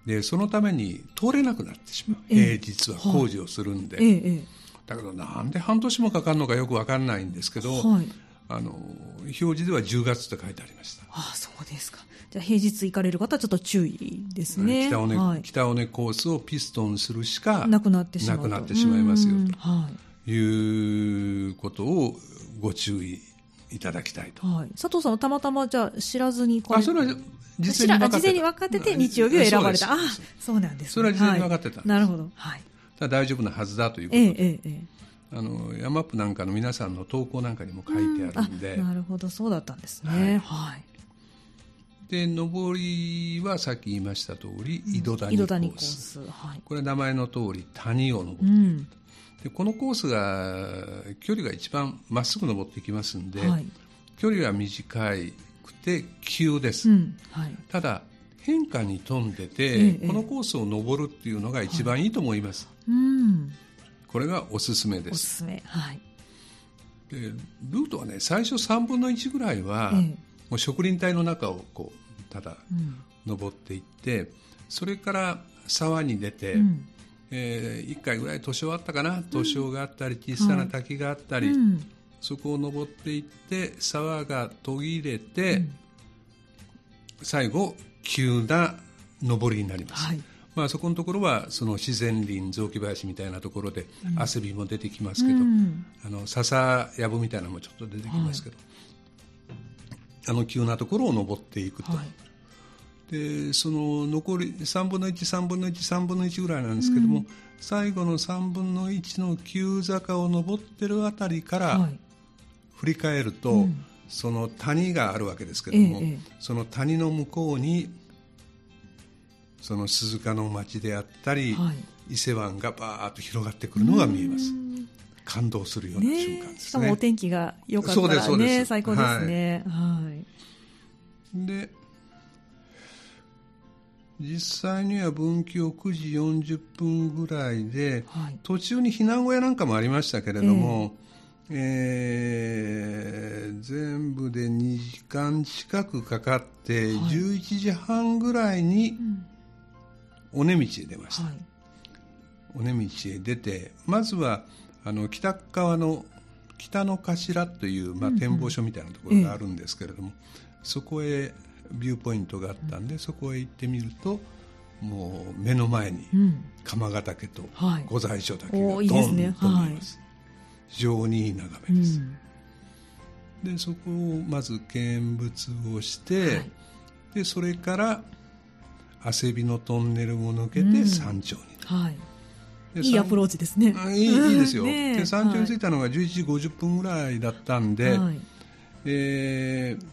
Speaker 1: い
Speaker 2: でそのために通れなくなってしまう、平日は工事をするんで、はい、だけどなんで半年もかかるのかよく分かんないんですけど、はい、あの表示では10月と書いてありました
Speaker 1: あそうですかじゃあ平日行かれる方はちょっと注意ですね
Speaker 2: 北尾根,、はい、北尾根コースをピストンするしか
Speaker 1: なくなってしま
Speaker 2: なくなってしまいますよと、はい、いうことをご注意いただきたいと、
Speaker 1: はい、佐藤さんはたまたまじゃ知らずに
Speaker 2: あそれは
Speaker 1: 事前に分かってて日曜日を選ばれたあそうなんです、
Speaker 2: それは事前に分かってた、
Speaker 1: なるほど、はい、
Speaker 2: だ大丈夫なはずだということで、ええあの山アップなんかの皆さんの投稿なんかにも書いてあるんで、
Speaker 1: なるほどそうだったんですねはい、
Speaker 2: で上りはさっき言いました通り井戸谷コース,、はい、これ名前の通り谷を登っている、でこのコースが距離が一番まっすぐ登っていきますんで、はい、距離は短くて急です、うんはい、ただ変化に富んでて、ええ、このコースを登るっていうのが一番いいと思います、はい、うんこれがおすすめです
Speaker 1: おすすめはい
Speaker 2: でルートはね最初3分の1ぐらいは、え、もう植林帯の中をこうただ登っていって、うん、それから沢に出て、うんえー、1回ぐらい図書あったかな図書があったり小さな滝があったり、そこを登っていって沢が途切れて、最後急な登りになります、まあ、そこのところはその自然林雑木林みたいなところで汗びも出てきますけど、あの笹やぶみたいなのもちょっと出てきますけど、あの急なところを登っていくと。でその残り3分の13分の13分の1ぐらいなんですけども、うん、最後の3分の1の急坂を上ってるあたりから振り返ると、はいうん、その谷があるわけですけども、ええ、その谷の向こうにその鈴鹿の町であったり、はい、伊勢湾がばーっと広がってくるのが見えます。感動するような瞬間ですね。、
Speaker 1: しかもお天気が良かったらね、そうです最高ですね。はい。はい
Speaker 2: で、実際には分岐を9時40分ぐらいで、
Speaker 1: はい
Speaker 2: 途中に避難小屋なんかもありましたけれども、えー全部で2時間近くかかって、
Speaker 1: はい
Speaker 2: 11時半ぐらいに
Speaker 1: うん
Speaker 2: 尾根道へ出ました、
Speaker 1: はい
Speaker 2: 尾根道へ出てまずはあの北側の北の頭という、まあ、展望所みたいなところがあるんですけれども、そこへビューポイントがあったんで、そこへ行ってみるともう目の前に
Speaker 1: うん
Speaker 2: 鎌ヶ岳と
Speaker 1: はい
Speaker 2: 御在所岳が
Speaker 1: お
Speaker 2: ド
Speaker 1: ー
Speaker 2: ン
Speaker 1: いい
Speaker 2: と
Speaker 1: で
Speaker 2: 見
Speaker 1: すね
Speaker 2: えます、非常にいい眺
Speaker 1: う
Speaker 2: めです、
Speaker 1: ん
Speaker 2: でそこをまず見物をして、
Speaker 1: はい
Speaker 2: でそれから汗びのトンネルを抜け
Speaker 1: う
Speaker 2: て
Speaker 1: ん
Speaker 2: 山頂に、
Speaker 1: はい
Speaker 2: で
Speaker 1: いいアプローチですね
Speaker 2: あいいいいですよ、
Speaker 1: ねえ
Speaker 2: で山頂に着
Speaker 1: はい
Speaker 2: たのが11時50分ぐらいだったんで、
Speaker 1: はい
Speaker 2: えー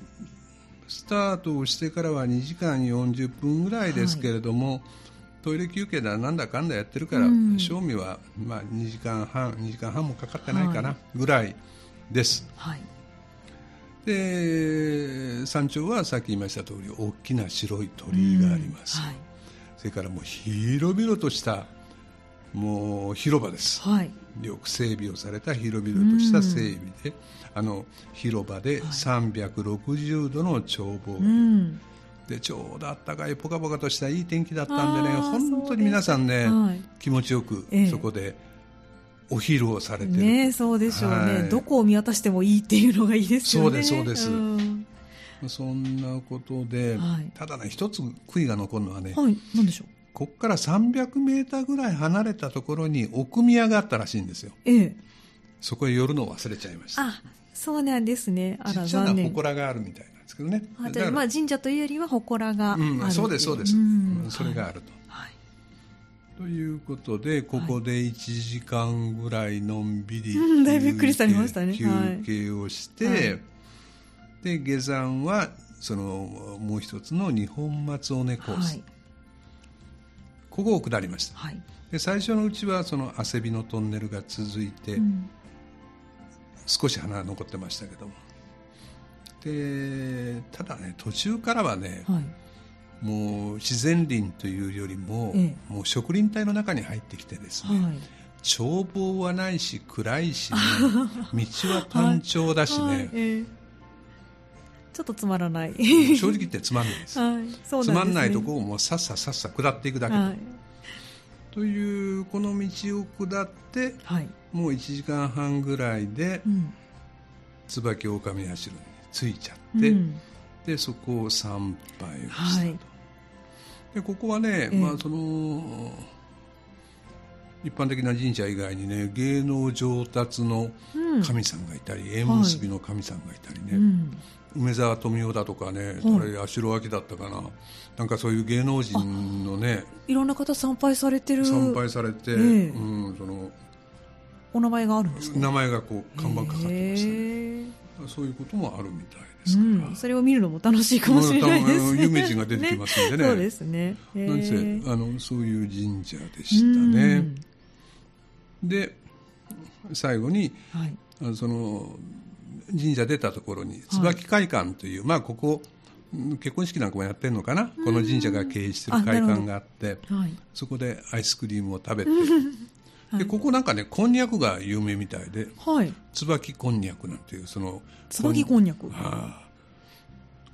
Speaker 2: スタートをしてからは2時間40分ぐらいですけれども、トイレ休憩だなんだかんだやってるから、
Speaker 1: うん
Speaker 2: 正味は、まあ、2時間半2時間半もかかってないかな、
Speaker 1: は
Speaker 2: ぐらいです
Speaker 1: はい
Speaker 2: で山頂はさっき言いました通り大きな白い鳥居があります、
Speaker 1: うんはい
Speaker 2: それからもう広々としたもう広場です
Speaker 1: はい
Speaker 2: よく整備をされた広々とした整備で、あの広場で
Speaker 1: はい
Speaker 2: 360度の眺望、
Speaker 1: うん
Speaker 2: でちょうどあったかいポカポカとしたいい天気だったんでね
Speaker 1: あー
Speaker 2: 本当に皆さんね、
Speaker 1: はい
Speaker 2: 気持ちよく
Speaker 1: ええ
Speaker 2: そこでお昼をされてる、
Speaker 1: ねそうでしょうね、
Speaker 2: はい
Speaker 1: どこを見渡してもいいっていうのがいいですよね
Speaker 2: そうですそうです
Speaker 1: ん
Speaker 2: そんなことで、
Speaker 1: はい
Speaker 2: ただね一つ悔いが残るのはね、
Speaker 1: はいなんでしょう
Speaker 2: ここから300メーターぐらい離れたところに奥宮があったらしいんですよ
Speaker 1: ええ
Speaker 2: そこへ寄るのを忘れちゃいました
Speaker 1: あそうなんですねあ
Speaker 2: ち
Speaker 1: ら
Speaker 2: っちゃな
Speaker 1: 残念
Speaker 2: 祠があるみたいなんですけどね
Speaker 1: あ
Speaker 2: だ
Speaker 1: じ
Speaker 2: か
Speaker 1: ゃあ
Speaker 2: ら
Speaker 1: まあ神社というよりは祠があるってい
Speaker 2: うん、そうですそうです、
Speaker 1: ん
Speaker 2: うんそれがあると、
Speaker 1: はい
Speaker 2: ということでここで1時間ぐらいのんびり、
Speaker 1: うんだいぶ
Speaker 2: 休憩
Speaker 1: ゆっくりされましたね
Speaker 2: 休憩をして、
Speaker 1: はい
Speaker 2: で下山はそのもう一つの日本松尾根コ
Speaker 1: は
Speaker 2: ース、
Speaker 1: い
Speaker 2: ここを下りました
Speaker 1: はい、
Speaker 2: で最初のうちはその汗びのトンネルが続いて、
Speaker 1: うん
Speaker 2: 少し花が残ってましたけどもでただね途中からはね、
Speaker 1: はい
Speaker 2: もう自然林というよりも、
Speaker 1: え
Speaker 2: もう植林帯の中に入ってきてですね、
Speaker 1: はい
Speaker 2: 眺望はないし暗いし、ね、道は単調だしね、
Speaker 1: はいええちょっとつまらない
Speaker 2: 正直言ってつまんないで す
Speaker 1: はいそう
Speaker 2: つ
Speaker 1: な
Speaker 2: ま
Speaker 1: んですね、
Speaker 2: んないとこをもうさっささっさ下っていくだけ、
Speaker 1: はい
Speaker 2: というこの道を下って
Speaker 1: はい、
Speaker 2: もう1時間半ぐらいで
Speaker 1: うん
Speaker 2: 椿狼柱に着いちゃって、
Speaker 1: うん
Speaker 2: でそこを参拝をしたと、
Speaker 1: はい
Speaker 2: でここはね、
Speaker 1: ええ
Speaker 2: まあ、その一般的な神社以外にね芸能上達の
Speaker 1: うん
Speaker 2: 神さんがいたり、縁結びの神さんがいたり
Speaker 1: う
Speaker 2: ね、
Speaker 1: ん
Speaker 2: 梅沢富美男だとかね、
Speaker 1: はい
Speaker 2: 誰八代亜紀だったかななんかそういう芸能人のね
Speaker 1: いろんな方参拝されてる
Speaker 2: 参拝されて、
Speaker 1: ええ
Speaker 2: うん、その
Speaker 1: お名前があるんですか
Speaker 2: 名前がこう看板かかってましたね、
Speaker 1: へ
Speaker 2: そういうこともあるみたいで
Speaker 1: え
Speaker 2: すから、
Speaker 1: うん、それを見るのも楽しいかもしれないです
Speaker 2: うん多分
Speaker 1: ね。
Speaker 2: 有名人が出てきますんでね
Speaker 1: そうですね。へえ
Speaker 2: なんせあのそういう神社でしたね。で最後に
Speaker 1: うんはい。
Speaker 2: あのその神社出たところに椿会館という、まあここうん結婚式なんかもやってるのかな、この神社が経営して
Speaker 1: あ
Speaker 2: る
Speaker 1: な
Speaker 2: 会
Speaker 1: るほど
Speaker 2: 館があって
Speaker 1: はい。
Speaker 2: そこでアイスクリームを食べて、
Speaker 1: はい
Speaker 2: でここなんかねこんにゃくが有名みたいで
Speaker 1: はい。
Speaker 2: 椿こんにゃくなんていうその
Speaker 1: 椿こんにゃく。
Speaker 2: ああ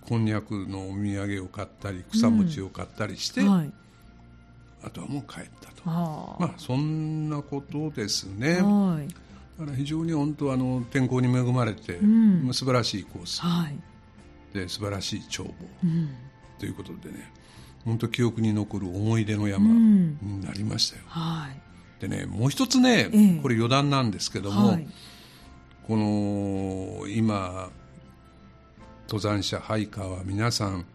Speaker 2: こんにゃくのお土産を買ったり草餅を買ったりして、
Speaker 1: はい。
Speaker 2: あとはもう帰ったと
Speaker 1: ああ。
Speaker 2: まあそんなことですね
Speaker 1: はい。
Speaker 2: だから非常に本当あの天候に恵まれて、
Speaker 1: ん
Speaker 2: 素晴らしいコース
Speaker 1: はい。
Speaker 2: で素晴らしい眺望
Speaker 1: うん。
Speaker 2: ということでね本当記憶に残る思い出の
Speaker 1: う
Speaker 2: 山
Speaker 1: ん。
Speaker 2: になりましたよ、
Speaker 1: はい。
Speaker 2: でねもう一つね、
Speaker 1: ええ
Speaker 2: これ余談なんですけども、
Speaker 1: はい。
Speaker 2: この今登山者ハイカーは皆さん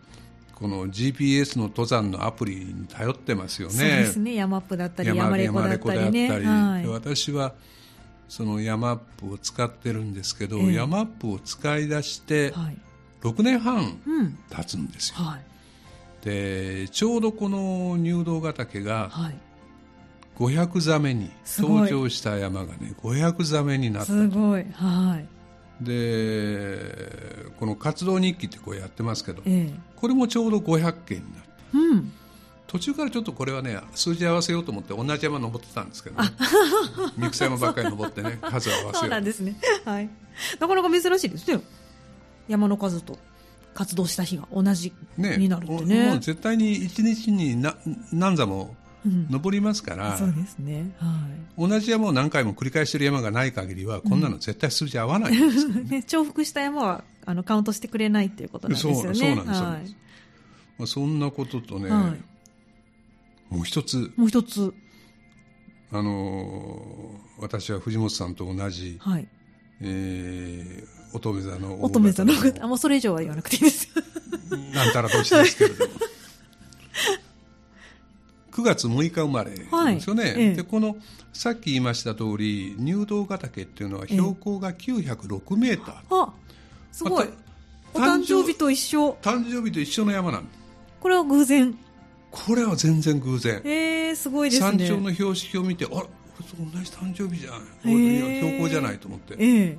Speaker 2: この GPS の登山のアプリに頼ってますよね
Speaker 1: そうですね。山プだったり、山レコだったりね。
Speaker 2: 山レコだった
Speaker 1: は
Speaker 2: りで
Speaker 1: い。
Speaker 2: 私はその山アップを使ってるんですけど、
Speaker 1: ええ
Speaker 2: 山アップを使い出して
Speaker 1: はい。
Speaker 2: 6年半
Speaker 1: うん。
Speaker 2: 経つんですよ、
Speaker 1: はい。
Speaker 2: でちょうどこの入道ヶ岳が
Speaker 1: はい。
Speaker 2: 500座目に
Speaker 1: すごい
Speaker 2: 登頂した山がね500座目になった
Speaker 1: すごい。はい。
Speaker 2: でこの活動日記ってこうやってますけど
Speaker 1: ええ。
Speaker 2: これもちょうど500件になった
Speaker 1: うん。
Speaker 2: 途中からちょっとこれはね数字合わせようと思って同じ山登ってたんですけど、ね、 三草山ばっかり登ってね数を合わせよう
Speaker 1: そうなんですね、 はい、なかなか珍しいですね山の数と活動した日が同じになるってね
Speaker 2: もう絶対に一日にな何座も登りますから、、
Speaker 1: うん、そうですね、はい
Speaker 2: 同じ山を何回も繰り返してる山がない限りはこんなの絶対数字合わ ないんですよね,うん
Speaker 1: ね、重複した山はあのカウントしてくれないっていうことなんですよね
Speaker 2: そうそうなんです、はい、まあ、そんなこととね、はい、もう一つ
Speaker 1: もう一つ
Speaker 2: あのー、私は藤本さんと同じ、はい、えー、乙女座の
Speaker 1: 乙女座のあもうそれ以上は言わなくていいです
Speaker 2: なんたら年ですけれども9月6日生まれなんですよね、はいええ、でこのさっき言いました通り入道ヶ岳っていうのは標高が906メーター、え、
Speaker 1: あすごい、お誕生日と一緒
Speaker 2: 誕生日と一緒の山なん
Speaker 1: これは偶然
Speaker 2: これは全然偶然
Speaker 1: えー、すごいですね
Speaker 2: 山頂の標識を見てあら俺と同じ誕生日じゃん、えー、標高じゃないと思って、
Speaker 1: ええ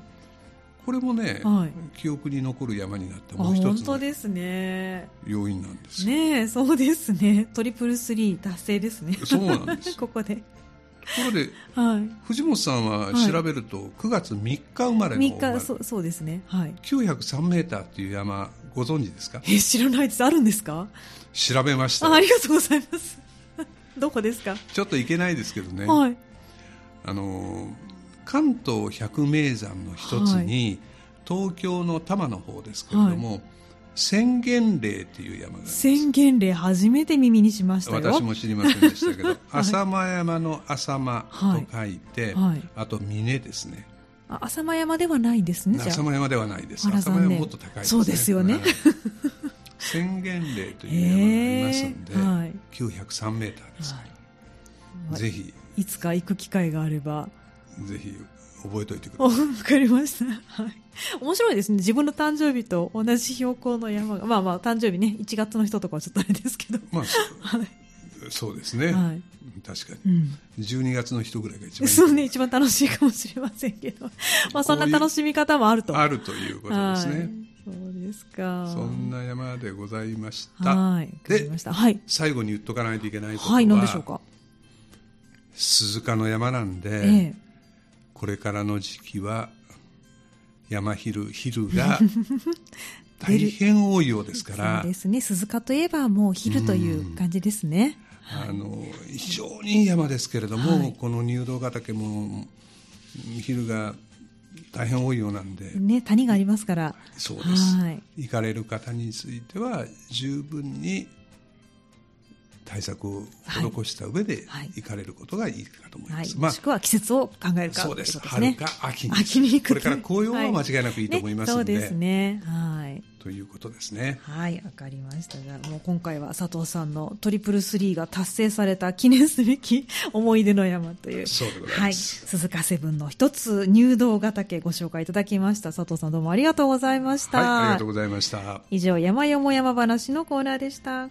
Speaker 2: これもね、はい、記憶に残る山になってもう一
Speaker 1: つの
Speaker 2: 要因なんです
Speaker 1: ねねそうですねトリプルスリー達成ですね
Speaker 2: そうなんで す
Speaker 1: ここで
Speaker 2: ところで、はい、藤本さんは調べると9月3日生まれの
Speaker 1: 3日そうそうですね、はい、
Speaker 2: 903メーターっていう山ご存知ですか
Speaker 1: え知らないですあるんですか
Speaker 2: 調べました
Speaker 1: ありがとうございます どこですか
Speaker 2: ちょっと行けないですけどね、
Speaker 1: はい、
Speaker 2: あのー関東百名山の一つに、はい、東京の多摩の方ですけれども、はい、宣言霊っていう山があります
Speaker 1: 宣言霊初めて耳にしました
Speaker 2: 私も知りませんでしたけ ど、はい、浅間山の浅間と書いて、あと峰ですね
Speaker 1: 浅間山ではないですね
Speaker 2: 浅間山ではないです浅間山もっと高いです、ね、
Speaker 1: そうですよ ね、
Speaker 2: 宣言霊という山がありますので、えー、はい、903メーターですから、ぜひ
Speaker 1: いつか行く機会があれば
Speaker 2: ぜひ覚えておいてく
Speaker 1: ださい。わかりました。はい。面白いですね。自分の誕生日と同じ標高の山が、まあまあ誕生日ね、1月の人とかはちょっとあれですけど。
Speaker 2: まあ、はい、そうですね。はい、確かに、うん。12月の人ぐらいが一番
Speaker 1: そうね、一番楽しいかもしれませんけ ど。まあそんな楽しみ方もあると。
Speaker 2: あるということですね。はい、
Speaker 1: そうですか。
Speaker 2: そんな山でございました。
Speaker 1: はい。
Speaker 2: で、
Speaker 1: はい、
Speaker 2: 最後に言っとかないといけないことは。
Speaker 1: はい、何でしょうか。
Speaker 2: 鈴鹿の山なんで、ええこれからの時期は山昼昼が大変多いようですから
Speaker 1: そうですね鈴鹿といえばもう昼という感じですね、
Speaker 2: あの非常にいい山ですけれども、はい、この入道ヶ岳も昼が大変多いようなんで、
Speaker 1: ね、谷がありますから
Speaker 2: そうです、はい、行かれる方については十分に対策を施した上で行かれることがいいかと思います。はいはい
Speaker 1: まあ、もしくは季節を考えるか
Speaker 2: そうです。
Speaker 1: です
Speaker 2: ね、春か秋に。
Speaker 1: 秋に行く
Speaker 2: これから紅葉は間違いなくいいと思いますので。
Speaker 1: はいね、そうですね。はい。
Speaker 2: ということですね。
Speaker 1: はい、わかりましたが、もう今回は佐藤さんのトリプルスリーが達成された記念すべき思い出の山という。
Speaker 2: そうでございます。
Speaker 1: はい、鈴鹿セブンの一つ入道ヶ岳ご紹介いただきました。佐藤さんどうもありがとうございました。
Speaker 2: はい、ありがとうございました。
Speaker 1: 以上、山よも山話のコーナーでした。